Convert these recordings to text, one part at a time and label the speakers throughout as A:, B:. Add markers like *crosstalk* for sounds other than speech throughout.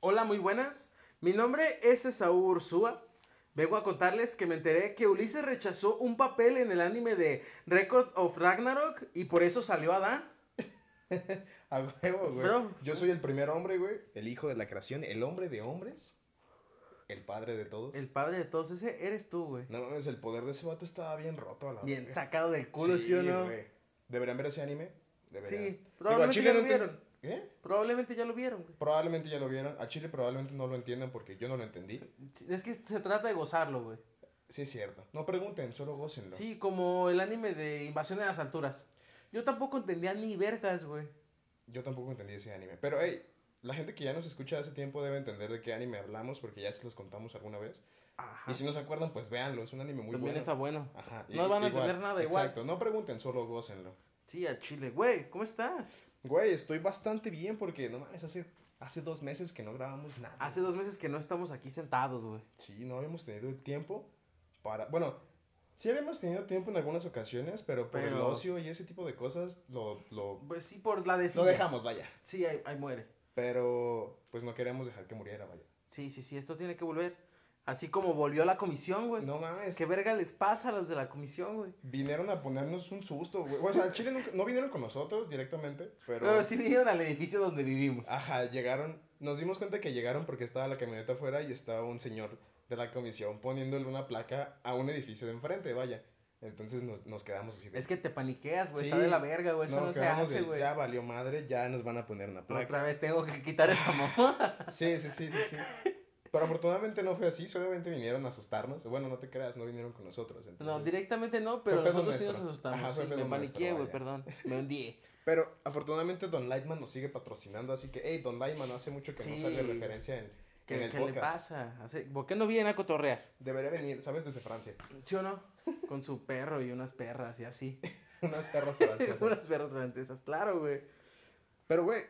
A: Hola, muy buenas. Mi nombre es Esaú Ursúa. Vengo a contarles que me enteré que Ulises rechazó un papel en el anime de Record of Ragnarok y por eso salió Adán.
B: A huevo, güey.
A: Bro.
B: Yo soy el primer hombre, güey. El hijo de la creación, el hombre de hombres. El padre de todos.
A: El padre de todos, ese eres tú, güey.
B: No mames, el poder de ese vato estaba bien roto a la
A: Bien
B: verga.
A: sacado del culo, ¿sí, o no?
B: güey. ¿Deberían ver ese anime? Deberían.
A: Sí,
B: Digo, a
A: probablemente ya lo
B: no te-
A: vieron.
B: ¿Eh?
A: Probablemente ya lo vieron, güey.
B: Probablemente ya lo vieron. A Chile probablemente no lo entiendan porque yo no lo entendí.
A: Es que se trata de gozarlo, güey.
B: Sí, es cierto. No pregunten, solo gócenlo.
A: Sí, como el anime de Invasión de las Alturas. Yo tampoco entendía ni vergas, güey.
B: Yo tampoco entendí ese anime. Pero, hey, la gente que ya nos escucha hace tiempo debe entender de qué anime hablamos porque ya se los contamos alguna vez.
A: Ajá.
B: Y si no se acuerdan, pues véanlo. Es un anime muy
A: También
B: bueno.
A: está bueno.
B: Ajá,
A: No
B: i-
A: van a
B: igual,
A: entender nada igual.
B: Exacto, no pregunten, solo gócenlo.
A: Sí, a Chile, güey. ¿Cómo estás?
B: Güey, estoy bastante bien porque no mames, hace, hace dos meses que no grabamos nada.
A: Hace dos meses que no estamos aquí sentados, güey.
B: Sí, no habíamos tenido el tiempo para. Bueno, sí habíamos tenido tiempo en algunas ocasiones, pero por el
A: Pero-
B: ocio y ese tipo de cosas lo, lo,
A: Pues sí, por la
B: lo
A: decisión.
B: dejamos, vaya.
A: Sí, ahí, ahí muere.
B: Pero pues no queríamos dejar que muriera, vaya.
A: Sí, sí, sí, esto tiene que volver. Así como volvió la comisión, güey.
B: No mames.
A: ¿Qué verga les pasa a los de la comisión, güey?
B: Vinieron a ponernos un susto, güey. O sea, al Chile nunca- no vinieron con nosotros directamente, pero. Ah.
A: Pero sí vinieron al edificio donde vivimos.
B: Ajá, llegaron. Nos dimos cuenta que llegaron porque estaba la camioneta afuera y estaba un señor de la comisión poniéndole una placa a un edificio de enfrente, vaya. Entonces nos, nos quedamos así de.
A: Es que te paniqueas, güey.
B: Sí.
A: Está de la verga, güey. Eso
B: nos
A: no se
B: quedamos
A: hace,
B: de,
A: güey.
B: Ya valió madre, ya nos van a poner una placa.
A: Otra vez tengo que quitar esa
B: *laughs*
A: mamá.
B: Sí, sí, sí, sí, sí.
A: *laughs*
B: Pero afortunadamente no fue así, solamente vinieron a asustarnos. Bueno, no te creas, no vinieron con nosotros.
A: No,
B: entonces-
A: directamente no, pero
B: Fue pedo
A: nosotros sí nos
B: nuestro.
A: asustamos.
B: Ajá, fue
A: sí,
B: pedo
A: me
B: nuestro,
A: paniqué, güey,
B: vaya.
A: perdón. Me
B: *laughs*
A: hundí.
B: Pero afortunadamente Don Lightman nos sigue patrocinando, así que, hey, Don Lightman, hace mucho que no
A: Sí.
B: sale referencia en,
A: ¿Qué,
B: en el
A: qué le
B: podcast.
A: pasa? Hace- ¿Por qué no viene a cotorrear?
B: Debería venir, ¿sabes? Desde Francia. *laughs*
A: ¿Sí o no? Con su perro y unas perras y así.
B: Unas perras
A: *laughs*
B: francesas.
A: unas perras francesas, claro, güey.
B: Pero, güey,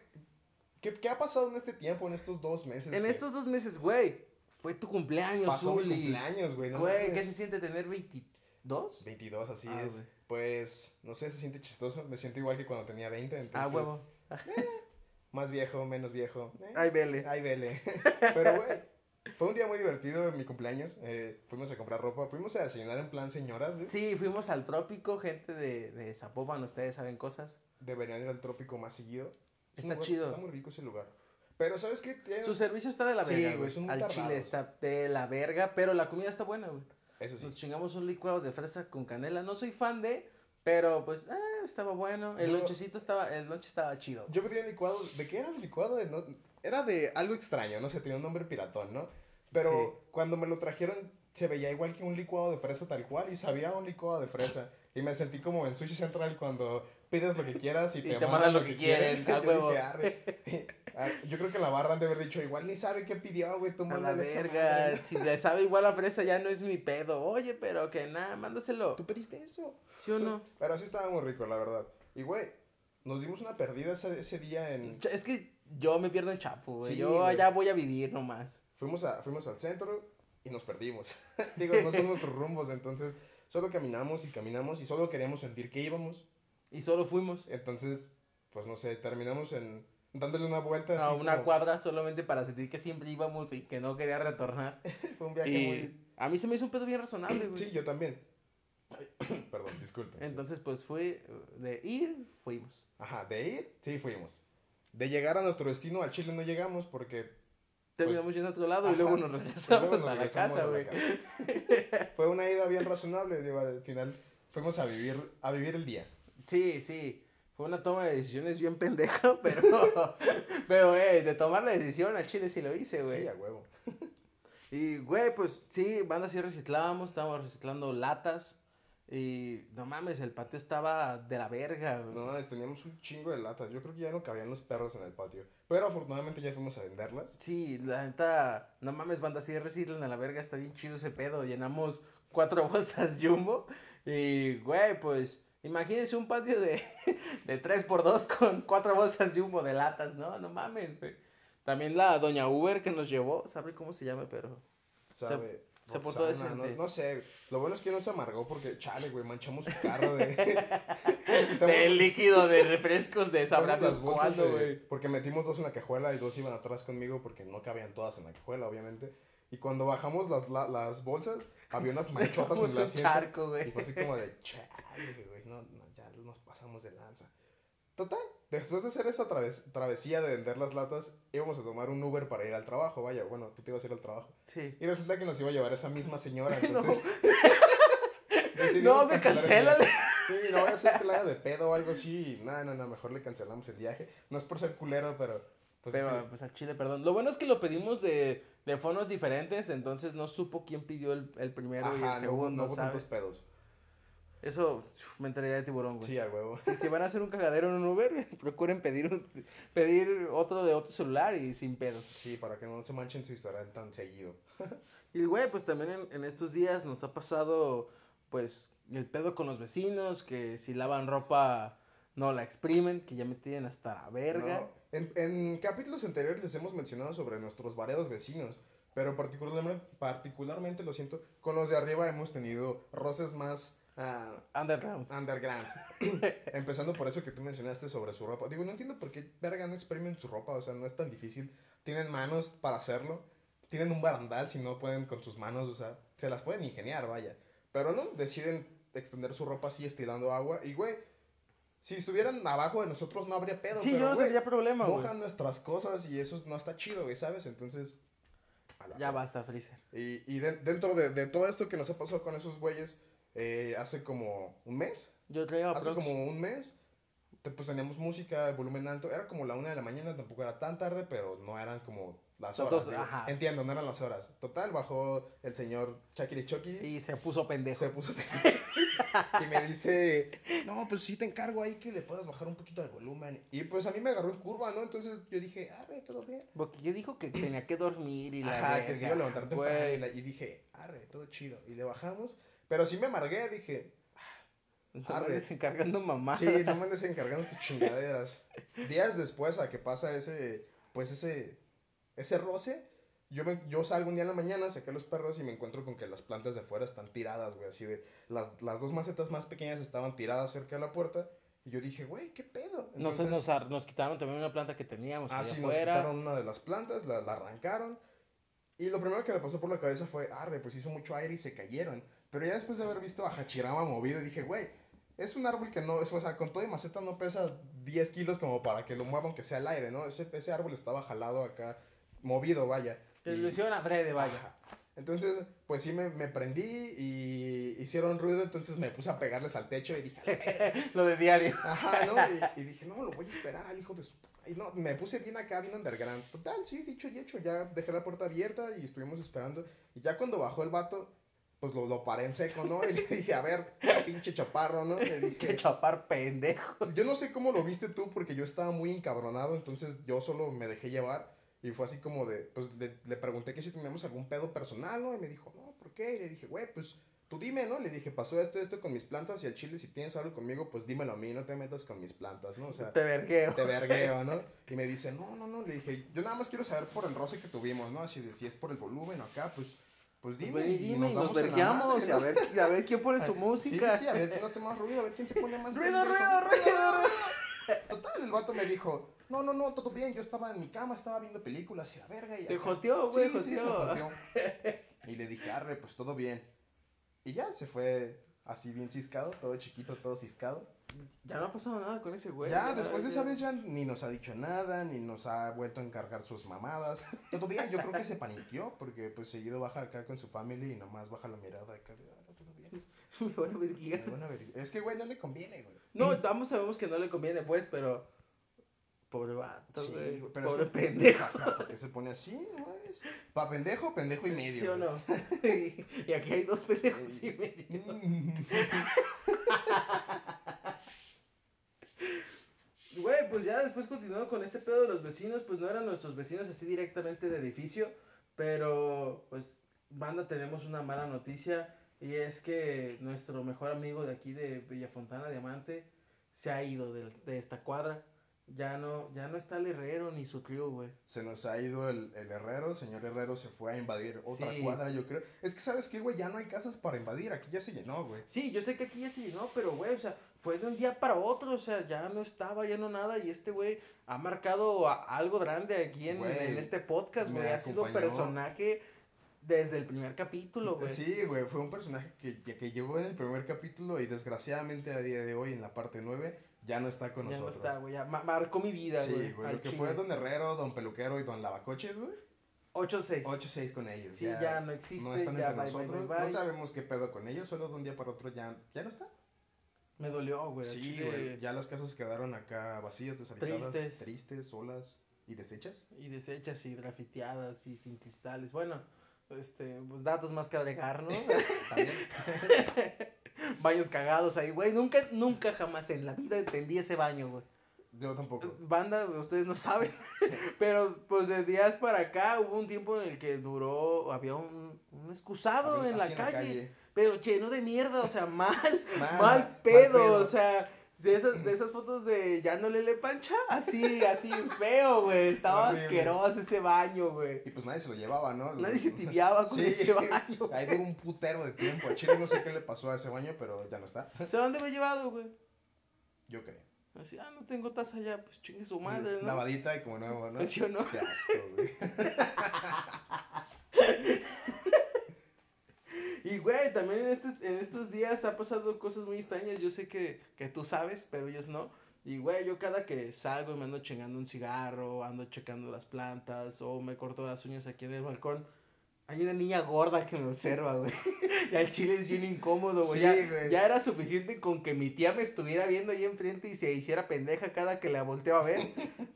B: ¿qué, qué ha pasado en este tiempo, en estos dos meses?
A: En
B: que
A: estos dos meses, güey, fue tu cumpleaños,
B: pasó mi
A: Zuli.
B: cumpleaños, güey. No
A: Güey, ¿qué
B: mames.
A: se siente tener 22?
B: 22, así
A: Ah,
B: es.
A: güey.
B: Pues, no sé, se siente chistoso. Me siento igual que cuando tenía 20,
A: Ah,
B: entonces.
A: huevo.
B: Más viejo, menos viejo. eh,
A: Ay, vele.
B: Ay, vele. *laughs* Pero, güey, fue un día muy divertido en mi cumpleaños. eh, fuimos a comprar ropa, fuimos a desayunar en plan señoras, güey.
A: Sí, fuimos al trópico, gente de, de Zapopan, ustedes saben cosas.
B: Deberían ir al trópico más seguido. Es un
A: Está
B: lugar-
A: chido.
B: Está muy rico ese lugar. Pero, ¿sabes qué? Tiene-
A: Su servicio está de la
B: Sí,
A: verga,
B: güey,
A: güey.
B: son muy
A: Al
B: tardados.
A: chile está de la verga, pero la comida está buena, güey.
B: Eso sí.
A: Nos chingamos un licuado de fresa con canela. No soy fan de, pero pues ah, estaba bueno. El
B: Yo-
A: lonchecito estaba, el lonche estaba chido.
B: Yo pedí un licuado. ¿De qué era el licuado? De no- Era de algo extraño, no sé, tenía un nombre piratón, ¿no? Pero
A: Sí.
B: cuando me lo trajeron, se veía igual que un licuado de fresa tal cual y sabía a un licuado de fresa. Y me sentí como en Sushi Central cuando pides lo que quieras y, te, mandan lo que, quieren. *laughs*
A: a
B: Yo
A: huevo.
B: dije, "Arre". Ah, Yo creo que la barra han de haber dicho, igual ni sabe qué pidió, güey, tú
A: A la
B: mándale esa madre".
A: verga, si le sabe igual a fresa ya no es mi pedo. Oye, pero que nada, mándaselo.
B: ¿Tú pediste eso?
A: ¿Sí o no?
B: Pero sí estaba muy rico, la verdad. Y, güey, nos dimos una perdida ese, ese día en...
A: Ch- Es que yo me pierdo en Chapo, güey.
B: Sí,
A: yo
B: güey.
A: allá voy a vivir nomás.
B: Fuimos, a, fuimos al centro y nos perdimos. *laughs* Digo, no
A: *laughs*
B: son nuestros rumbos, entonces solo caminamos y caminamos y solo queríamos sentir que íbamos.
A: Y solo fuimos
B: Entonces, pues no sé, terminamos en dándole una vuelta.
A: a
B: así
A: una
B: como-
A: cuadra solamente para sentir que siempre íbamos y que no quería retornar.
B: Fue un viaje
A: Y
B: muy...
A: a mí se me hizo un pedo bien razonable, güey.
B: Sí, yo también. *coughs* Perdón, disculpen.
A: Entonces, pues fue de ir, fuimos.
B: Ajá, de ir, sí fuimos. De llegar a nuestro destino, a Chile no
A: *laughs*
B: llegamos porque...
A: Terminamos yendo a otro lado y
B: Pues ajá. Pues
A: luego nos regresamos
B: luego nos
A: a la
B: regresamos
A: casa,
B: a
A: güey. *laughs*
B: casa. Fue una ida bien razonable, digo, al final fuimos a vivir, a vivir el día.
A: Sí, sí. Fue una toma de decisiones bien pendeja, *laughs* pero. pero, eh, de tomar la decisión al chile sí lo hice, güey.
B: Sí, a huevo.
A: Y, güey, pues sí, banda sí reciclábamos, estábamos reciclando latas. Y no mames, el patio estaba de la verga, güey.
B: No mames, teníamos un chingo de latas. Yo creo que ya no cabían los perros en el patio. Pero afortunadamente ya fuimos a venderlas.
A: Sí, la neta, no mames, banda sí reciclan a la verga, está bien chido ese pedo. Llenamos cuatro *laughs* bolsas jumbo. Y, güey, pues imagínense un patio de, *laughs* de 3x2 con cuatro bolsas jumbo de latas, ¿no? No mames, güey. También la doña Uber que nos llevó, sabe cómo se llama, pero.
B: ¿Sabe?
A: Se portó
B: Roxana, no,
A: decente.
B: no sé. Lo bueno es que no se amargó porque, chale, güey, manchamos su carro
A: *laughs*
B: de. quitamos-
A: Del líquido de refrescos de sabrá
B: quitamos
A: Dios
B: las bolsas
A: cuándo,
B: de-
A: güey.
B: Porque metimos dos en la cajuela y dos iban atrás conmigo porque no cabían todas en la cajuela, obviamente. Y cuando bajamos las, la- las bolsas, había unas manchotas en
A: Puso
B: la
A: un charco,
B: Y
A: güey.
B: fue así como de, chale, güey, no, no, ya nos pasamos de lanza. Total, después de hacer esa traves- travesía de vender las latas, íbamos a tomar un Uber para ir al trabajo, vaya, bueno, tú te ibas a ir al trabajo.
A: Sí.
B: Y resulta que nos iba a llevar esa misma señora,
A: *laughs* No.
B: entonces... decidimos
A: No, güey,
B: cancelar
A: cancélale.
B: el viaje. Sí, no voy a hacer que la haga de pedo o algo así, no, no, no, mejor le cancelamos el viaje. No es por ser culero, pero... Pues, es
A: Pero,
B: que-
A: pues al chile, perdón. Lo bueno es que lo pedimos de, de fonos diferentes, entonces no supo quién pidió el, el primero y el
B: Ajá, no hubo, no
A: segundo,
B: hubo tantos
A: ¿sabes?
B: pedos.
A: Eso, uf, mentalidad de tiburón, güey.
B: Sí, a huevo.
A: Si, si van a hacer un cagadero en un Uber, *laughs* procuren pedir, un- pedir otro de otro celular y sin pedos.
B: Sí, para que no se manchen su historial tan seguido.
A: Y, güey, pues también en, en estos días nos ha pasado, pues, el pedo con los vecinos, que si lavan ropa no la exprimen, que ya me tienen hasta la verga.
B: No, en, en capítulos anteriores les hemos mencionado sobre nuestros variados vecinos, pero particularmente, particularmente, lo siento, con los de arriba hemos tenido roces más ah,
A: Underground. *coughs*
B: undergrounds. Empezando por eso que tú mencionaste sobre su ropa. Digo, no entiendo por qué verga no exprimen su ropa, o sea, no es tan difícil. Tienen manos para hacerlo, tienen un barandal si no pueden con sus manos, o sea, se las pueden ingeniar, vaya. Pero no, deciden extender su ropa así, estirando agua, y güey. Si estuvieran abajo de nosotros no habría pedo.
A: sí,
B: pero,
A: yo no
B: güey,
A: tendría problema, güey.
B: mojan nuestras cosas y eso no está chido, güey, ¿sabes? Entonces. a la
A: Ya
B: verga.
A: basta, Freezer.
B: Y, y de- dentro de, de todo esto que nos ha pasado con esos güeyes, eh, hace como un mes,
A: Yo traigo a
B: hace
A: Prox.
B: como un mes, te- pues teníamos música de volumen alto, era como la una de la mañana, tampoco era tan tarde, pero no eran como las
A: Las
B: horas.
A: dos,
B: digo,
A: ajá.
B: Entiendo, no eran las horas. Total, bajó el señor Chakiri Chokiri.
A: Y se puso pendejo.
B: Se puso *laughs* y me dice, no, pues sí te encargo ahí que le puedas bajar un poquito el volumen. Y pues a mí me agarró en curva, ¿no? Entonces yo dije, arre, todo bien.
A: Porque yo dijo que tenía que dormir y la
B: Ajá, que
A: verga,
B: se iba a levantar temprano.
A: güey.
B: Y, la- y dije, arre, todo chido. Y le bajamos, pero sí me amargué, dije,
A: *laughs* No
B: Arre.
A: andes encargando mamá.
B: sí, no me andes encargando tus chingaderas. Días después a que pasa ese, pues ese, ese roce, yo, me, yo salgo un día en la mañana, saqué a los perros y me encuentro con que las plantas de afuera están tiradas, güey, así de, las, las dos macetas más pequeñas estaban tiradas cerca de la puerta. Y yo dije, güey, ¿qué pedo?
A: Nos,
B: Entonces-
A: nos ar- nos quitaron también una planta que teníamos
B: Ah,
A: allá
B: sí, nos
A: pues, afuera.
B: quitaron una de las plantas, la, la arrancaron. Y lo primero que me pasó por la cabeza fue, arre, pues hizo mucho aire y se cayeron. Pero ya después de haber visto a Hachirama movido, dije, güey, es un árbol que no, es, o sea, con todo y maceta no pesa 10 kilos como para que lo mueva aunque sea el aire, ¿no? Ese, ese árbol estaba jalado acá, movido, vaya.
A: Que
B: Y-
A: lo hicieron a breve, vaya.
B: Ajá. Entonces, pues sí, me, me prendí y hicieron ruido, entonces me puse a pegarles al techo y dije, "A la
A: lo de diario.
B: Ajá, ¿no? Y, y dije, no, lo voy a esperar al hijo de su... puta". Y no, me puse bien acá, bien underground. Total, sí, dicho y hecho, ya dejé la puerta abierta y estuvimos esperando. Y ya cuando bajó el vato, pues lo, lo paré en seco, ¿no? Y le dije, a ver, pinche chaparro, ¿no? Le
A: Che,
B: dije,
A: chapar pendejo.
B: *laughs* yo no sé cómo lo viste tú porque yo estaba muy encabronado, entonces yo solo me dejé llevar. Y fue así como de, pues le, le pregunté que si teníamos algún pedo personal, ¿no? Y me dijo, no, ¿por qué? Y le dije, güey, pues tú dime, ¿no? Le dije, pasó esto, esto con mis plantas y al chile, si tienes algo conmigo, pues dímelo a mí, no te metas con mis plantas, ¿no? O sea,
A: Te vergueo.
B: te vergueo, ¿no? Y me dice, no, no, no, le dije, yo nada más quiero saber por el roce que tuvimos, ¿no? Así de si es por el volumen o acá, pues, pues
A: Pues
B: dime.
A: ven y dime, y nos
B: damos en la madre,
A: vergueamos. y
B: ¿no?
A: A ver, y a ver quién pone su
B: Sí,
A: música.
B: sí, sí, a ver quién hace más ruido, a ver quién se pone más
A: Ruido,
B: pendejo.
A: ruido, ruido.
B: Total, el vato me dijo, no, no, no, todo bien, yo estaba en mi cama, estaba viendo películas y la verga. Y
A: Se
B: acá".
A: joteó, güey,
B: Sí, sí, se
A: joteó.
B: joteó. Y le dije, arre, pues todo bien. Y ya se fue así bien ciscado, todo chiquito, todo ciscado.
A: Ya no ha pasado nada con ese güey.
B: ya, después de
A: ya.
B: esa vez ya ni nos ha dicho nada, ni nos ha vuelto a encargar sus mamadas. Todo bien, yo creo que se paniqueó porque pues seguido baja acá con su familia y nomás baja la mirada acá de, "Ah, todo bien".
A: Me *laughs* van a verguear.
B: Bueno, a ver, Es que, güey, no le conviene, güey.
A: No, ambos sabemos que no le conviene, pues, pero. Pobre vato,
B: Sí,
A: güey.
B: güey, pero
A: Pobre
B: es que-
A: pendejo.
B: Ajá, ¿Por qué se pone así? No es. Pa' pendejo, pendejo y *laughs* medio.
A: ¿Sí o
B: güey.
A: no? *laughs* y, y aquí hay dos pendejos y medio.
B: Mm.
A: Güey, pues ya después continuando con este pedo de los vecinos, pues no eran nuestros vecinos así directamente de edificio, pero pues banda tenemos una mala noticia y es que nuestro mejor amigo de aquí de Villafontana Diamante se ha ido del- de, esta cuadra. Ya no, ya no está el herrero ni su tío, güey.
B: *laughs* Se nos ha ido el, el herrero, señor herrero se fue a invadir otra
A: Sí.
B: cuadra, yo creo. Es que, ¿sabes qué, güey? Ya no hay casas para invadir, aquí ya se llenó, güey.
A: Sí, yo sé que aquí ya se llenó, pero güey, o sea, fue de un día para otro, o sea, ya no estaba, ya no nada, y este güey ha marcado a- algo grande aquí en,
B: Güey,
A: en este podcast,
B: me
A: güey, ha sido
B: acompañó.
A: personaje desde el primer capítulo, güey.
B: Sí, güey, fue un personaje que, que, que llegó en el primer capítulo y desgraciadamente a día de hoy, en la parte 9, ya no está con
A: ya no
B: nosotros.
A: está, güey, ya ma- marcó mi vida, güey.
B: Sí, güey,
A: al
B: lo que
A: chile.
B: fue Don Herrero, Don Peluquero y Don Lavacoches, güey.
A: 8-6.
B: 8-6 con ellos.
A: Sí, ya no existe,
B: No están
A: ya
B: entre
A: bye, bye,
B: nosotros.
A: bye, bye.
B: No sabemos qué pedo con ellos, solo de un día para otro ya, ya no están.
A: Me dolió, güey. al
B: Pues Sí,
A: chile,
B: güey. Ya las casas quedaron acá vacías, deshabitadas,
A: Tristes.
B: tristes, solas y *laughs* desechas.
A: Y deshechas y grafiteadas y sin cristales. Bueno, este, pues datos más que agregar, ¿no?
B: *laughs* También.
A: Baños cagados ahí, güey. Nunca, nunca jamás en la vida entendí ese baño, güey.
B: Yo tampoco.
A: Banda, ustedes no saben. *laughs* Pero pues de días para acá hubo un tiempo en el que duró, había un, un excusado
B: Había-
A: en, la
B: así
A: calle, Pero lleno de mierda, o sea, *laughs* mal, mal,
B: Ah, Mal,
A: pedo,
B: mal pedo.
A: o sea. De esas, de esas fotos de ya no le le pancha, así, así *laughs* feo, güey. Estaba
B: Horrible.
A: asqueroso ese baño, güey.
B: Y pues nadie se lo llevaba, ¿no?
A: Nadie se tibiaba con
B: *laughs* Sí. *laughs*
A: ese baño.
B: Ahí duró un putero de tiempo. A Chile no sé qué le pasó a ese baño, pero ya no está.
A: O sea, ¿dónde me he llevado, güey?
B: Yo creo.
A: Así, ah, no tengo taza ya, pues chingue su madre, ¿no?
B: Lavadita y como nuevo, *laughs* ¿no?
A: ¿Sí o no?
B: Qué asco, güey.
A: Y, güey, también en, este, en estos días ha pasado cosas muy extrañas. Yo sé que, que tú sabes, pero ellos no. Y, güey, yo cada que salgo y me ando chingando un cigarro, ando checando las plantas o me corto las uñas aquí en el balcón, hay una niña gorda que me observa, güey. *laughs* Y al chile es bien incómodo, güey.
B: Sí,
A: ya,
B: güey.
A: ya era suficiente con que mi tía me estuviera viendo ahí enfrente y se hiciera pendeja cada que la volteo a
B: *laughs*
A: ver.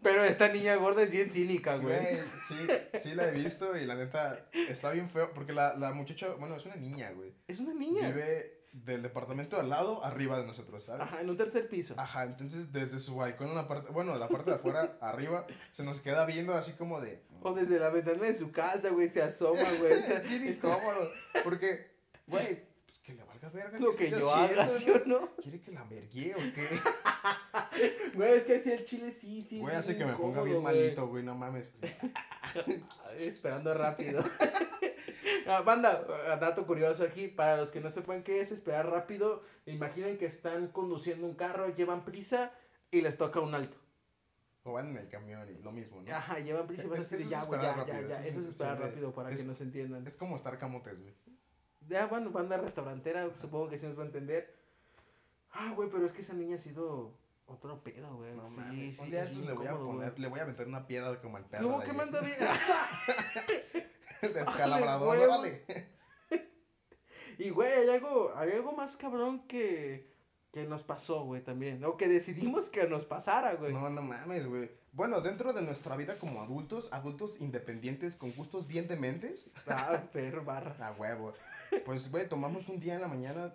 A: Pero esta niña gorda es bien cínica, güey.
B: *laughs* Güey, sí, sí la he visto y la neta está bien feo. Porque la, la muchacha, bueno, es una niña, güey.
A: Es una niña.
B: Vive del departamento al lado, arriba de nosotros, ¿sabes?
A: Ajá, en un tercer piso.
B: Ajá, entonces desde su balcón, una parte, bueno, la parte
A: *laughs*
B: de afuera, arriba, se nos queda viendo así como de...
A: O desde la ventana de su casa, güey, se
B: *laughs*
A: asoma, güey. Está,
B: es bien
A: está-
B: incómodo, porque, güey, pues que le valga verga.
A: lo
B: qué
A: que
B: estoy
A: yo
B: haciendo,
A: haga, ¿sí o no?
B: ¿Quiere que la mergué o qué?
A: Güey, es que así el chile sí, sí. es
B: Güey, hace que
A: bien
B: me ponga
A: incómodo,
B: bien
A: güey.
B: malito, güey, no mames.
A: Ay, Esperando *laughs* rápido. Ah, Banda, ah, dato curioso aquí, para los que no sepan qué es esperar rápido, imaginen que están conduciendo un carro, llevan prisa y les toca un alto.
B: O van en el camión y lo mismo, ¿no?
A: Ajá, llevan prisa y vas
B: Es-
A: así de
B: eso es
A: ya, güey, ya,
B: esperar
A: ya,
B: rápido,
A: ya.
B: eso es-
A: Eso es
B: eso
A: esperar
B: es de-
A: rápido para que
B: es-
A: nos entiendan.
B: Es como estar camotes, güey.
A: Ya, bueno, banda restaurantera, supongo que sí nos va a entender. Ah, güey, pero es que esa niña ha sido otro pedo, güey.
B: No
A: Sí,
B: mames.
A: sí,
B: un día
A: es
B: estos
A: bien
B: le voy a
A: incómodo,
B: poner,
A: güey.
B: le voy a aventar una piedra como el
A: ¿Qué
B: perro.
A: hubo?
B: de
A: ¿Qué
B: ahí. *laughs*
A: manda bien?
B: Descalabrador,
A: huevos!
B: órale.
A: Y, güey, hay algo, hay algo más cabrón que, que nos pasó, güey, también. O que decidimos que nos pasara, güey.
B: No, no mames, güey. Bueno, dentro de nuestra vida como adultos, adultos independientes con gustos bien dementes,
A: Ah, perro, barras.
B: a huevo. Pues, güey, tomamos un día en la mañana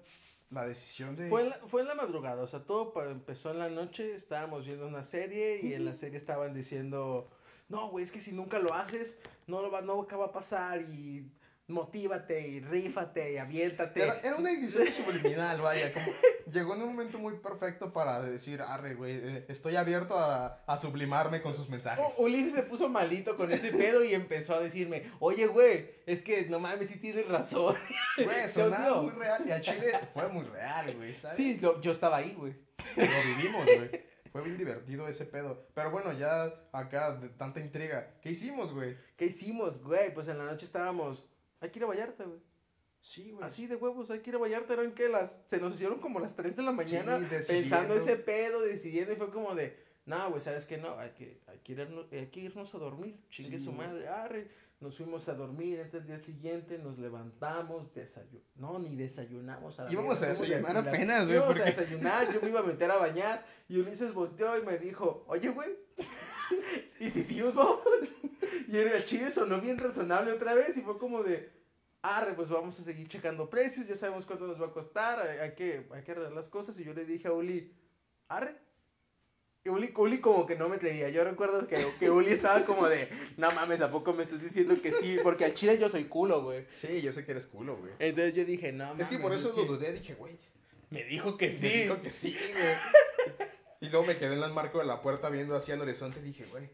B: la decisión de.
A: Fue en, la, fue en la madrugada, o sea, todo pa- empezó en la noche, estábamos viendo una serie y en la serie estaban diciendo, no, güey, es que si nunca lo haces, no lo va, nunca va a pasar y motívate y rífate y aviéntate.
B: Era, era una edición subliminal, vaya. Como, llegó en un momento muy perfecto para decir, arre, güey, eh, estoy abierto a, a sublimarme con sus mensajes.
A: U- Ulises se puso malito con ese pedo y empezó a decirme, oye, güey, es que no mames, sí tienes razón.
B: Güey,
A: Oh, se
B: sonaba
A: hundió.
B: muy real y a Chile fue muy real, güey, ¿sabes?
A: Sí, lo- yo estaba ahí, güey.
B: lo vivimos, güey. Fue bien divertido ese pedo. Pero bueno, ya acá de tanta intriga. ¿Qué hicimos, güey?
A: ¿Qué hicimos, güey? Pues en la noche estábamos, hay que ir a Vallarta, güey.
B: Sí, güey.
A: Así de huevos, hay que ir a Vallarta, eran que las, se nos hicieron como las 3 de la mañana
B: decidiendo.
A: pensando ese pedo, decidiendo y fue como de, no, güey, sabes que no, hay que, hay que irnos, hay que irnos a dormir, chingue
B: Sí,
A: su
B: güey.
A: madre, arre, nos fuimos a dormir, entonces el día siguiente nos levantamos, desayunamos, no, ni desayunamos a la
B: Íbamos
A: verga,
B: a
A: somos
B: desayunar
A: de pilas.
B: apenas, güey,
A: Íbamos a
B: porque-
A: desayunar, yo me iba a meter a bañar y Ulises volteó y me dijo, oye, güey, ¿y si sí nos vamos? Y en el chile sonó bien razonable otra vez y fue como de, arre, pues vamos a seguir checando precios, ya sabemos cuánto nos va a costar, hay, hay que, hay que arreglar las cosas. Y yo le dije a Uli, arre. Y Uli, Uli como que no me creía, yo recuerdo que, que Uli estaba como de, no mames, ¿a poco me estás diciendo que sí? Porque al chile yo soy culo, güey.
B: Sí, yo sé que eres culo, güey.
A: Entonces yo dije, Eh, no mames.
B: Es que por eso lo
A: que
B: dudé, dije, güey.
A: Me dijo que
B: me
A: sí. *laughs*
B: dijo que sí, güey. Y luego me quedé en el marco de la puerta viendo hacia el horizonte y dije, güey,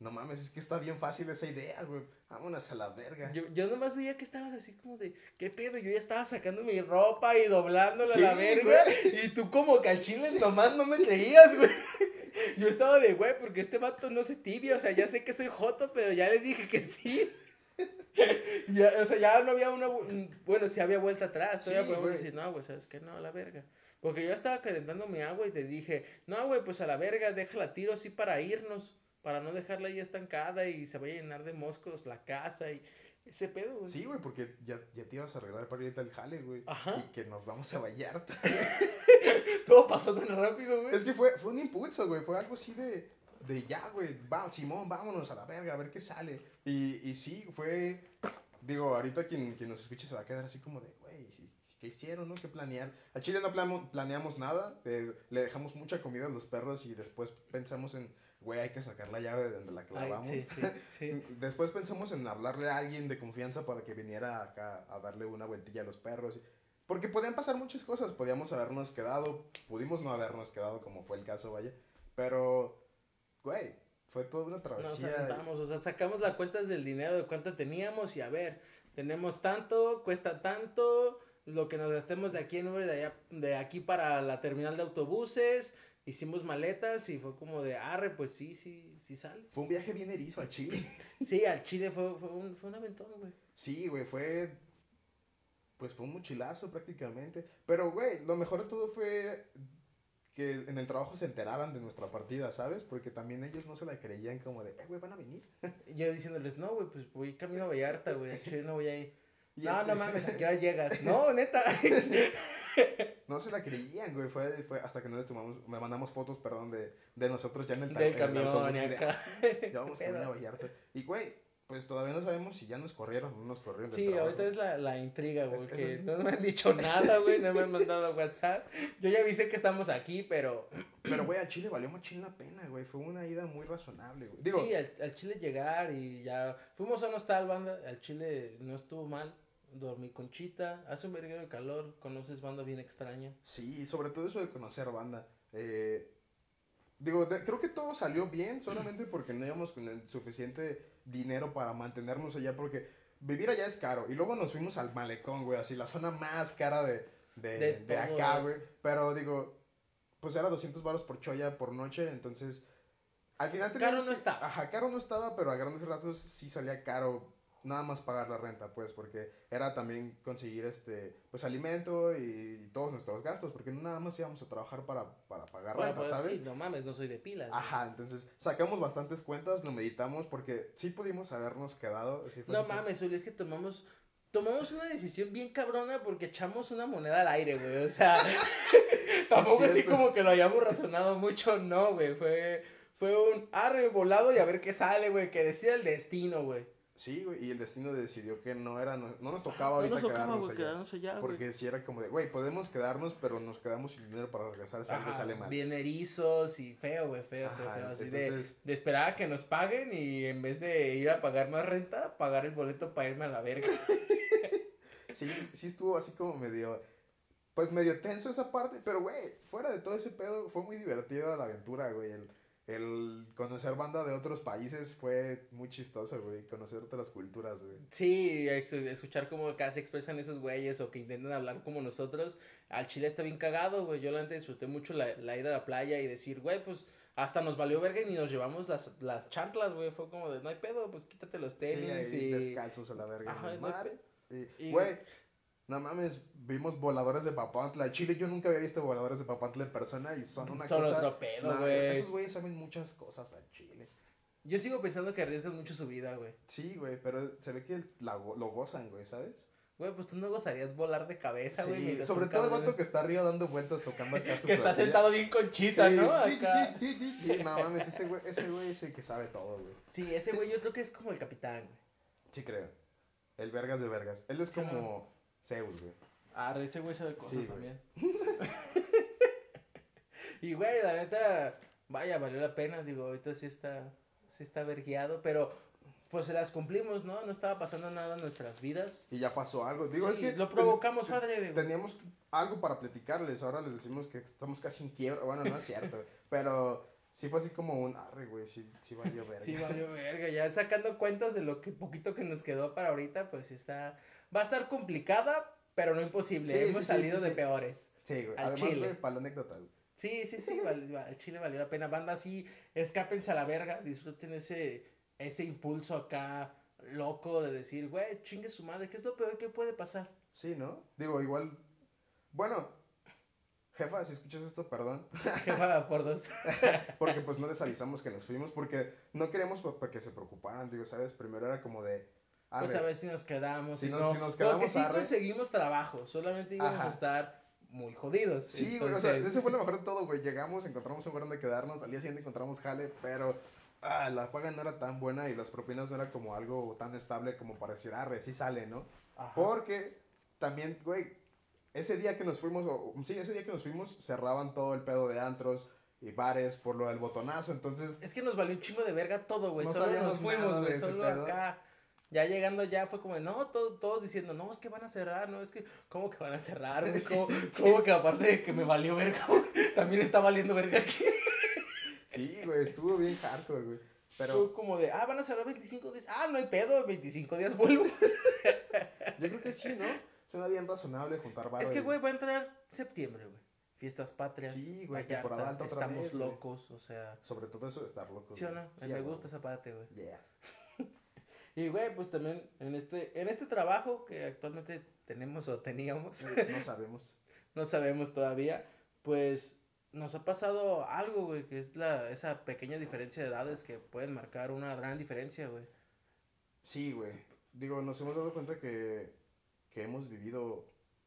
B: no mames, es que está bien fácil esa idea, güey. Vámonos a la verga.
A: Yo, yo nomás veía que estabas así como de, ¿qué pedo? Yo ya estaba sacando mi ropa y doblándola a la
B: Sí,
A: verga. Y tú como que al chile nomás no me creías, güey. Yo estaba de, güey, porque este vato no se tibia, o sea, ya sé que soy joto, pero ya le dije que sí. *laughs* Ya, o sea, ya no había una, vu- bueno, sí había vuelta atrás, todavía
B: Sí,
A: podemos
B: güey.
A: decir, no, güey, sabes que no, a la verga. Porque yo estaba calentando mi agua y te dije, no, güey, pues a la verga, déjala tiro así para irnos, para no dejarla ahí estancada y se vaya a llenar de moscos la casa y ese pedo, güey.
B: Sí, güey, porque ya, ya te ibas a arreglar para irte al jale, güey.
A: Ajá.
B: Y que nos vamos a Vallarta.
A: *laughs* Todo pasó tan rápido, güey.
B: es que fue, fue un impulso, güey. Fue algo así de, de ya, güey. Va, Simón, vámonos a la verga, a ver qué sale. Y, y sí, fue. Digo, ahorita quien, quien nos escuche se va a quedar así como de, güey, ¿qué hicieron, no? ¿Qué planear? A Chile no plamo- planeamos nada. eh, le dejamos mucha comida a los perros y después pensamos en, güey, hay que sacar la llave de donde la
A: Ay,
B: clavamos.
A: sí,
B: *laughs*
A: sí, sí.
B: Mm, Después pensamos en hablarle a alguien de confianza para que viniera acá a darle una vueltilla a los perros. Porque podían pasar muchas cosas. Podíamos habernos quedado, pudimos no habernos quedado, como fue el caso, vaya. Pero, güey, fue toda una
A: Nos
B: travesía.
A: aventamos, o sea, sacamos las cuentas del dinero, de cuánto teníamos y a ver, tenemos tanto, cuesta tanto, lo que nos gastemos de aquí en Uber, de, allá, de aquí para la terminal de autobuses, hicimos maletas y fue como de, arre, pues sí, sí, sí
B: *laughs*
A: sale.
B: fue un viaje bien erizo a Chile.
A: Sí, al Chile fue, fue, un, fue un aventón, güey.
B: Sí, güey, fue. Pues fue un mochilazo prácticamente. Pero, güey, lo mejor de todo fue que en el trabajo se enteraran de nuestra partida, ¿sabes? Porque también ellos no se la creían como de, eh, güey, van a venir.
A: Yo diciéndoles, no, güey, pues voy camino a Vallarta, güey, al Chile no voy a ir.
B: *laughs* Y
A: No,
B: el-
A: no mames, ¿a qué hora llegas? No,
B: *laughs*
A: neta.
B: No se la creían, güey. Fue, fue hasta que no les tomamos, me mandamos fotos, perdón, de, de nosotros ya en el,
A: *laughs*
B: tar-
A: Del
B: en el
A: camión
B: autobús,
A: y
B: así de,
A: acá.
B: "Ah, Ya vamos
A: ¿Qué
B: camino a
A: pedo?
B: Vallarta. Y, güey, pues todavía no sabemos si ya nos corrieron o no nos corrieron. *laughs* del
A: Sí,
B: trabajo.
A: ahorita es la, la intriga, güey,
B: Es- eso
A: que
B: es-
A: no me han
B: *laughs*
A: dicho nada, güey, no me han mandado WhatsApp. Yo ya avisé que estamos aquí, pero
B: Pero, güey, a Chile valió machín la pena, güey. Fue una ida muy razonable, güey. Digo,
A: sí, al, al Chile llegar y ya fuimos a un hostal, banda, al Chile no estuvo mal, dormí con Chita, hace un verguero de calor, conoces banda bien extraña.
B: Sí, sobre todo eso de conocer banda. Eh, digo, de- creo que todo salió
A: *clears throat*
B: bien solamente porque no íbamos con el suficiente dinero para mantenernos allá, porque vivir allá es caro. Y luego nos fuimos al malecón, güey, así la zona más cara de, de,
A: De
B: de
A: todo,
B: acá,
A: güey.
B: güey. Pero digo, pues era 200 baros por choya por noche, entonces... Al final
A: Caro
B: teníamos
A: no
B: que-
A: está.
B: Ajá, caro no estaba, pero a grandes rasgos sí salía caro nada más pagar la renta, pues, porque era también conseguir este, pues, alimento y todos nuestros gastos, porque no nada más íbamos a trabajar para, para pagar
A: Para
B: renta,
A: poder
B: ¿sabes?
A: decir, pues, no mames, no soy de pilas. güey".
B: Ajá, entonces sacamos bastantes cuentas, lo meditamos, porque sí pudimos habernos quedado. así fue
A: No
B: así como-
A: mames, Uli, es que tomamos, tomamos una decisión bien cabrona porque echamos una moneda al aire, güey. O
B: *laughs*
A: sea, *laughs* tampoco así
B: cierto.
A: como que lo hayamos razonado mucho, no, güey. Fue, fue un arre volado y a ver qué sale, güey. Que decida el destino, güey.
B: Sí, güey, y el destino decidió que no era, no, no nos tocaba
A: No
B: ahorita
A: nos tocaba,
B: quedarnos
A: güey,
B: allá.
A: quedarnos allá, güey.
B: Porque si era como de, güey, podemos quedarnos, pero nos quedamos sin dinero para regresar, si algo
A: Ajá,
B: sale mal.
A: Bien erizos y feo, güey, feo, feo,
B: Ajá,
A: feo. Así de,
B: entonces-
A: de esperar a que nos paguen y en vez de ir a pagar más renta, pagar el boleto para irme a la verga.
B: Sí, sí estuvo así como medio, pues medio tenso esa parte, pero güey, fuera de todo ese pedo, fue muy divertida la aventura, güey. El, el conocer banda de otros países fue muy chistoso, güey. Conocer otras culturas, güey.
A: Sí, ex- escuchar cómo acá se expresan esos güeyes o que intentan hablar como nosotros. Al chile está bien cagado, güey. Yo la antes disfruté mucho la, la ida a la playa y decir, güey, pues hasta nos valió verga y ni nos llevamos las, las chanclas, güey. Fue como de, no hay pedo, pues quítate los tenis
B: sí, ahí
A: y...
B: descalzos a la verga
A: Ajá,
B: en el
A: no hay
B: mar.
A: pedo.
B: Y,
A: Y-
B: güey, no mames, vimos voladores de Papantla. Chile, yo nunca había visto voladores de Papantla en persona y son una
A: Son
B: cosa...
A: otro pedo,
B: Nah,
A: güey.
B: esos güeyes saben muchas cosas a Chile.
A: Yo sigo pensando que arriesgan mucho su vida, güey.
B: Sí, güey, pero se ve que la go- lo gozan, güey, ¿sabes?
A: Güey, pues tú no gozarías volar de cabeza, güey.
B: Sí,
A: mientras
B: sobre
A: un
B: todo el
A: cabrón
B: vato que está arriba dando vueltas tocando acá
A: *laughs*
B: su
A: que está
B: platillo.
A: sentado bien conchita,
B: Sí,
A: ¿no?
B: Sí,
A: Acá.
B: sí, sí, sí, sí, sí, no mames, ese güey, ese güey es el que sabe todo, güey.
A: Sí, ese güey yo creo que es como el capitán, güey.
B: Sí creo. El vergas de vergas. Él es
A: Sí,
B: como Zeus, güey.
A: Ah, ese güey sabe cosas
B: Sí, güey.
A: también. *laughs* y güey, la neta, vaya, valió la pena, digo, ahorita sí está, sí está vergueado, pero pues se las cumplimos, ¿no? No estaba pasando nada en nuestras vidas.
B: Y ya pasó algo. Digo,
A: Sí,
B: es que.
A: lo
B: ten-
A: provocamos,
B: te-
A: padre, güey.
B: Teníamos algo para platicarles. Ahora les decimos que estamos casi en quiebra. Bueno, no es
A: *laughs*
B: cierto, güey, Pero sí fue así como un. Arre, güey, sí, sí valió verga.
A: Sí, valió verga, ya sacando cuentas de lo que poquito que nos quedó para ahorita, pues sí está, va a estar complicada, pero no imposible,
B: Sí, sí,
A: hemos
B: sí,
A: salido
B: sí,
A: de
B: sí.
A: peores.
B: Sí, güey.
A: Al
B: Además,
A: chile.
B: güey, para la anécdota, güey.
A: Sí, sí, sí, val- va- al Chile valió la pena, banda, sí, escápense a la verga, disfruten ese, ese impulso acá loco de decir, güey, chingue su madre, ¿qué es lo peor que puede
B: *laughs*
A: pasar?
B: Sí, ¿no? Digo, igual. Bueno, jefa, si escuchas esto, perdón.
A: Jefa por dos.
B: Porque pues no les avisamos que nos fuimos. Porque no queríamos pa- pa- que se preocuparan. Digo, ¿sabes? Primero era como de. "Arre".
A: Pues a ver si nos quedamos.
B: Si
A: Si
B: nos-
A: no.
B: si nos
A: Porque
B: quedamos,
A: sí
B: arre.
A: conseguimos trabajo, solamente íbamos a
B: Ajá.
A: estar muy jodidos.
B: Sí, güey, o sea,
A: entonces-
B: ese fue lo mejor de todo, güey. Llegamos, encontramos un lugar donde quedarnos, al día siguiente encontramos jale, pero ah, la paga no era tan buena y las propinas no era como algo tan estable como para decir, arre, sí sale, ¿no?
A: Ajá.
B: Porque también, güey, ese día que nos fuimos, o, sí, ese día que nos fuimos, cerraban todo el pedo de antros y bares por lo del botonazo, entonces,
A: Es que nos valió un chingo de verga todo, güey.
B: No
A: Solo
B: sabíamos
A: nos fuimos,
B: nada
A: güey.
B: de ese
A: Solo
B: pedo.
A: acá. Ya llegando ya fue como, de, no, to- todos diciendo, no, es que van a cerrar, no, es que, ¿cómo que van a cerrar, güey?
B: *laughs*
A: ¿Cómo, cómo que aparte de que me valió verga, güey, también está valiendo verga aquí?
B: sí, güey, estuvo bien hardcore, güey.
A: Fue
B: Pero
A: como de, ah, van a cerrar 25 días. Ah, no hay pedo, 25 días
B: *laughs*
A: vuelvo.
B: yo creo que sí, ¿no? *laughs* Suena bien razonable juntar bares.
A: es que, güey, va a entrar septiembre, güey. Fiestas patrias.
B: Sí, güey,
A: Vallarta,
B: temporada alta otra
A: Estamos
B: vez, güey.
A: locos, o sea.
B: Sobre todo eso de estar loco.
A: ¿Sí o
B: güey.
A: no?
B: Sí, a
A: me
B: huevo.
A: gusta esa parte, güey. *laughs*
B: Yeah.
A: Y, güey, pues también en este, en este trabajo que actualmente tenemos o teníamos,
B: No sabemos.
A: no sabemos todavía, pues nos ha pasado algo, güey, que es la, esa pequeña diferencia de edades que pueden marcar una gran diferencia,
B: *laughs*
A: güey. *laughs*
B: Sí, güey. Digo, nos hemos dado cuenta que, que hemos vivido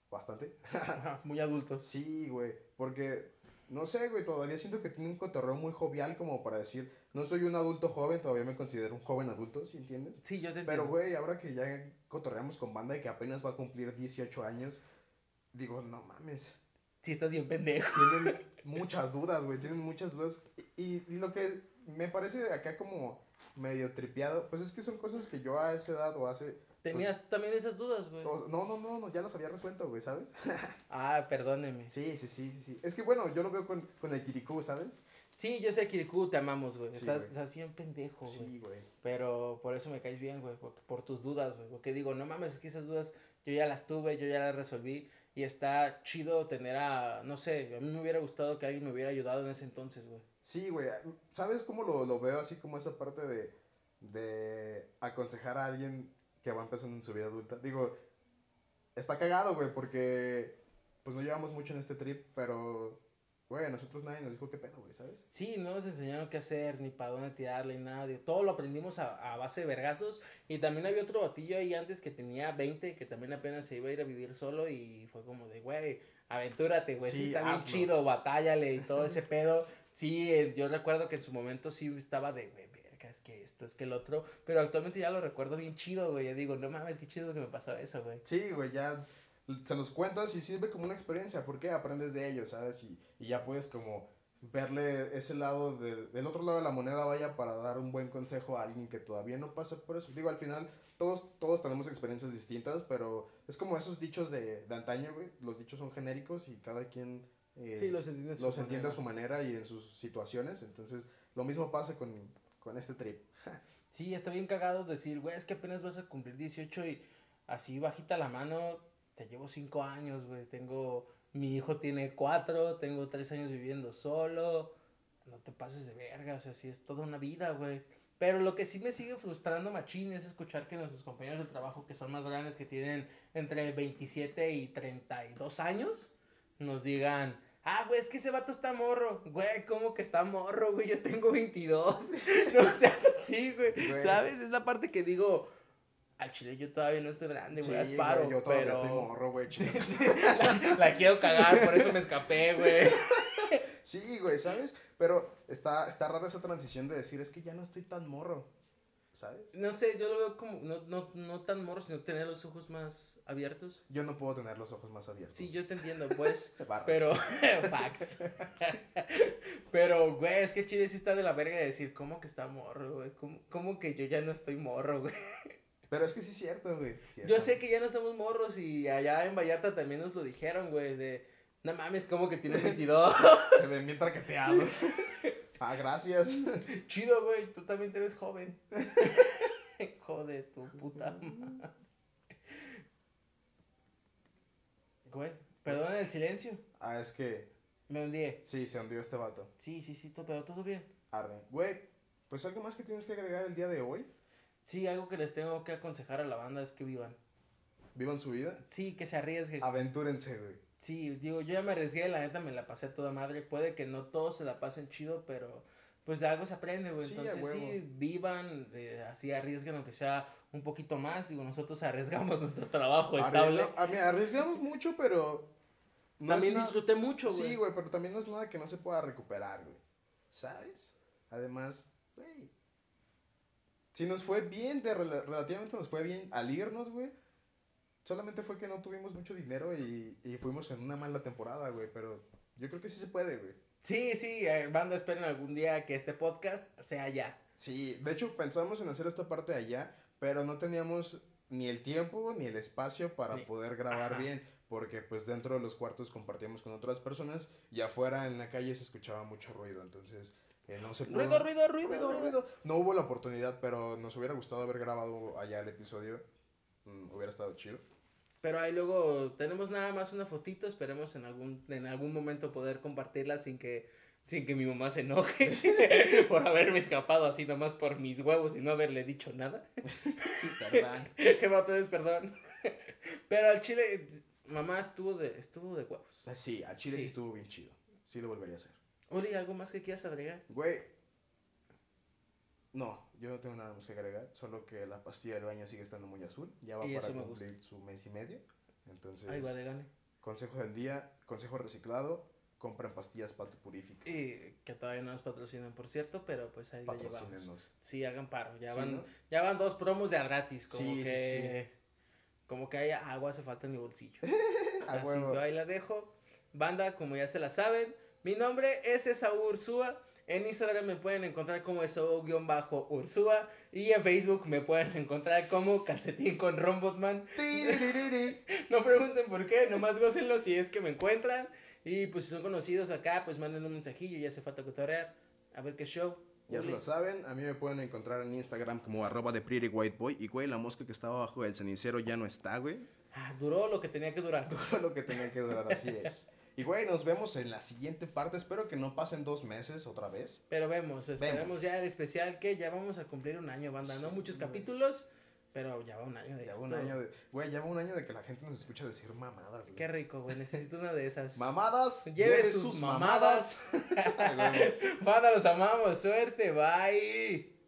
B: bastante.
A: Ajá, Muy adultos.
B: Sí, güey. Porque, no sé, güey, todavía siento que tiene un cotorreo muy jovial como para decir, no soy un adulto joven, todavía me considero un joven adulto, ¿sí entiendes?
A: Sí, yo te entiendo.
B: Pero, güey, ahora que ya cotorreamos con banda y que apenas va a cumplir 18 años, digo, no mames.
A: Sí, estás bien pendejo.
B: tienen muchas dudas, güey, tienen muchas dudas. Y, y- y lo que me parece acá como medio tripeado, pues es que son cosas que yo a esa edad o hace...
A: Tenías también esas dudas, güey.
B: o- no, no, no, no, ya las había resuelto, güey, ¿sabes?
A: Ah, perdóneme.
B: Sí, sí, sí, sí, sí. Es que bueno, yo lo veo con, con el Kirikú, ¿sabes?
A: Sí, yo sé, Kirikou, te amamos, güey.
B: Sí,
A: estás,
B: güey.
A: estás bien pendejo, güey.
B: Sí, güey.
A: Pero por eso me caes bien, güey, por, por tus dudas, güey. Porque digo, no mames, es que esas dudas yo ya las tuve, yo ya las resolví. Y está chido tener a, no sé, a mí me hubiera gustado que alguien me hubiera ayudado en ese entonces, güey.
B: Sí, güey. ah, ¿Sabes cómo lo, lo veo así como esa parte de, de aconsejar a alguien que va empezando en su vida adulta? Digo, está cagado, güey, porque pues no llevamos mucho en este trip, pero, güey, a nosotros nadie nos dijo qué pedo, güey, ¿sabes?
A: Sí, no nos enseñaron qué hacer, ni para dónde tirarle, ni nada. digo, todo lo aprendimos a, a base de vergazos. Y también había otro batillo ahí antes que tenía 20, que también apenas se iba a ir a vivir solo. Y fue como de, güey, aventúrate, güey. Sí,
B: Sí,
A: está bien
B: hazlo.
A: chido, batállale y todo
B: *laughs*
A: ese pedo. Sí, eh, yo recuerdo que en su momento sí estaba de, güey, verga, es que esto, es que el otro. Pero actualmente ya lo recuerdo bien chido, güey. Yo digo, no mames, qué chido que me pasó eso, güey.
B: Sí, güey, ya se los cuentas y sirve como una experiencia, porque aprendes de ellos, ¿sabes? Y, y ya puedes como verle ese lado de- del otro lado de la moneda vaya para dar un buen consejo a alguien que todavía no pasa por eso. Digo, al final todos, todos tenemos experiencias distintas, pero es como esos dichos de, de antaño, güey. Los dichos son genéricos y cada quien eh,
A: Sí, los entiendes.
B: los entiende a su manera y en sus situaciones. Entonces, lo mismo pasa con, con este trip.
A: Sí, está bien cagado decir, güey, es que apenas vas a cumplir 18 y así bajita la mano, te llevo 5 años, güey, tengo, mi hijo tiene 4, tengo 3 años viviendo solo, no te pases de verga, o sea, sí es toda una vida, güey. Pero lo que sí me sigue frustrando, machín, es escuchar que nuestros compañeros de trabajo que son más grandes, que tienen entre 27 y 32 años, nos digan, ah, güey, es que ese vato está morro. Güey, ¿cómo que está morro, güey? Yo tengo 22. *laughs* no seas así, güey.
B: Güey.
A: ¿Sabes? Es la parte que digo, al chile yo todavía no estoy grande, güey,
B: Sí,
A: asparo,
B: güey, yo todavía
A: pero
B: estoy morro, güey. *laughs* chinga tu
A: la, *laughs* la quiero cagar, por eso me escapé, güey.
B: Sí, güey, ¿sabes? Pero está, está rara esa transición de decir, es que ya no estoy tan morro. ¿Sabes?
A: No sé, yo lo veo como, no, no, no tan morro, sino tener los ojos más abiertos.
B: Yo no puedo tener los ojos más abiertos.
A: Sí, yo te entiendo,
B: *laughs*
A: pues.
B: Barras.
A: Pero, *laughs* facts. Pero, güey, es que chile sí está de la verga de decir, ¿cómo que está morro, güey? ¿Cómo, cómo que yo ya no estoy morro, güey?
B: Pero es que sí es cierto, güey.
A: Yo sé que ya no estamos morros y allá en Vallarta también nos lo dijeron, güey, de, no mames, ¿cómo que tienes 22?
B: Se ven
A: *laughs*
B: bien traqueteados. ah, gracias.
A: Chido, güey, tú también eres joven. *laughs* Jode tu puta madre. Güey, perdona el silencio.
B: Ah, es que
A: Me hundí.
B: sí, se hundió este vato.
A: Sí, sí, sí, todo, pero todo bien.
B: Arre. Güey, pues algo más que tienes que agregar el día de hoy.
A: Sí, algo que les tengo que aconsejar a la banda es que vivan.
B: Vivan su vida.
A: Sí, que se arriesguen.
B: Ah. Aventúrense, güey.
A: Sí, digo, yo ya me arriesgué, la neta me la pasé a toda madre. Puede que no todos se la pasen chido, pero pues de algo se aprende, güey.
B: Sí, a
A: Entonces, sí,
B: huevo.
A: vivan, eh, así arriesguen, aunque sea un poquito más. Digo, nosotros *laughs* arriesgamos nuestro trabajo Pues, estable.
B: Arriesga- a mí, arriesgamos mucho, pero. no es
A: También
B: nada-
A: disfruté mucho, güey.
B: Sí, güey, pero también no es nada que no se pueda recuperar, güey. ¿Sabes? Además, güey. Si nos fue bien, de rela- relativamente nos fue bien al irnos, güey. Solamente fue que no tuvimos mucho dinero y, y fuimos en una mala temporada, güey. Pero yo creo que sí se puede, güey.
A: Sí, sí, eh, banda, esperen algún día que este podcast sea ya.
B: Sí, de hecho pensamos en hacer esta parte allá, pero no teníamos ni el tiempo ni el espacio para
A: Ni-
B: poder grabar
A: Ajá.
B: bien, porque pues dentro de los cuartos compartíamos con otras personas y afuera en la calle se escuchaba mucho ruido, entonces eh, no se pudo.
A: Ruido, ruido, ruido,
B: ruido,
A: ruido.
B: ruido. No hubo la oportunidad, pero nos hubiera gustado haber grabado allá el episodio. Mm, hubiera estado chido.
A: Pero ahí luego tenemos nada más una fotito, esperemos en algún, en algún momento poder compartirla sin que, sin que mi mamá se enoje *laughs* por haberme escapado así nomás por mis huevos y no haberle dicho nada. *laughs*
B: Sí, perdón.
A: Entonces, perdón. *laughs* Pero al chile, mamá estuvo de, estuvo de huevos.
B: Sí, a Chile sí
A: Sí.
B: estuvo bien chido. Sí lo volvería a hacer.
A: Oli, ¿algo más que quieras agregar?
B: Güey. No, yo no tengo nada más que agregar, solo que la pastilla del baño sigue estando muy azul, ya va
A: Y
B: para
A: eso me gusta.
B: cumplir su mes y medio. Entonces,
A: Ahí va de gane.
B: consejo del día, consejo reciclado, compren pastillas para tu purifica.
A: Y que todavía no nos patrocinan, por cierto, pero pues ahí la llevamos.
B: Patrocínenos.
A: Sí, hagan paro. Ya
B: Sí,
A: van,
B: ¿no?
A: ya van dos promos de a gratis. Como
B: Sí, sí,
A: que. Como que hay agua hace falta en mi bolsillo.
B: *laughs* A
A: Así
B: huevo.
A: yo ahí la dejo. Banda, como ya se la saben. Mi nombre es Esaú Ursúa. En Instagram me pueden encontrar como Esaú-Ursúa. Y en Facebook me pueden encontrar como Calcetín con Rombosman. *laughs*
B: Tiririri.
A: No pregunten por qué, nomás gócenlo si es que me encuentran. Y pues si son conocidos acá, pues manden un mensajillo. Ya hace falta cotorrear. A ver qué show.
B: Ya se
A: Uli.
B: lo saben, a mí me pueden encontrar en Instagram como arroba de Pretty White Boy y güey, la mosca que estaba abajo del cenicero ya no está, güey. *laughs*
A: Ah, duró lo que tenía que durar.
B: Todo lo que tenía que durar, así es. Y güey, nos vemos en la siguiente parte, espero que no pasen dos meses otra vez.
A: Pero vemos, esperemos
B: Vemos.
A: ya el especial que ya vamos a cumplir un año, banda. No
B: Sí,
A: muchos
B: güey.
A: capítulos, pero ya va un Este año de
B: Ya va
A: esto.
B: un año de. Güey, ya va un año de que la gente nos escucha decir mamadas, güey.
A: Qué rico, güey. Necesito una de
B: *laughs*
A: esas.
B: Mamadas.
A: Lleve sus mamadas. *laughs*
B: mamadas. *laughs* A huevo.
A: Banda, los amamos. Suerte, bye.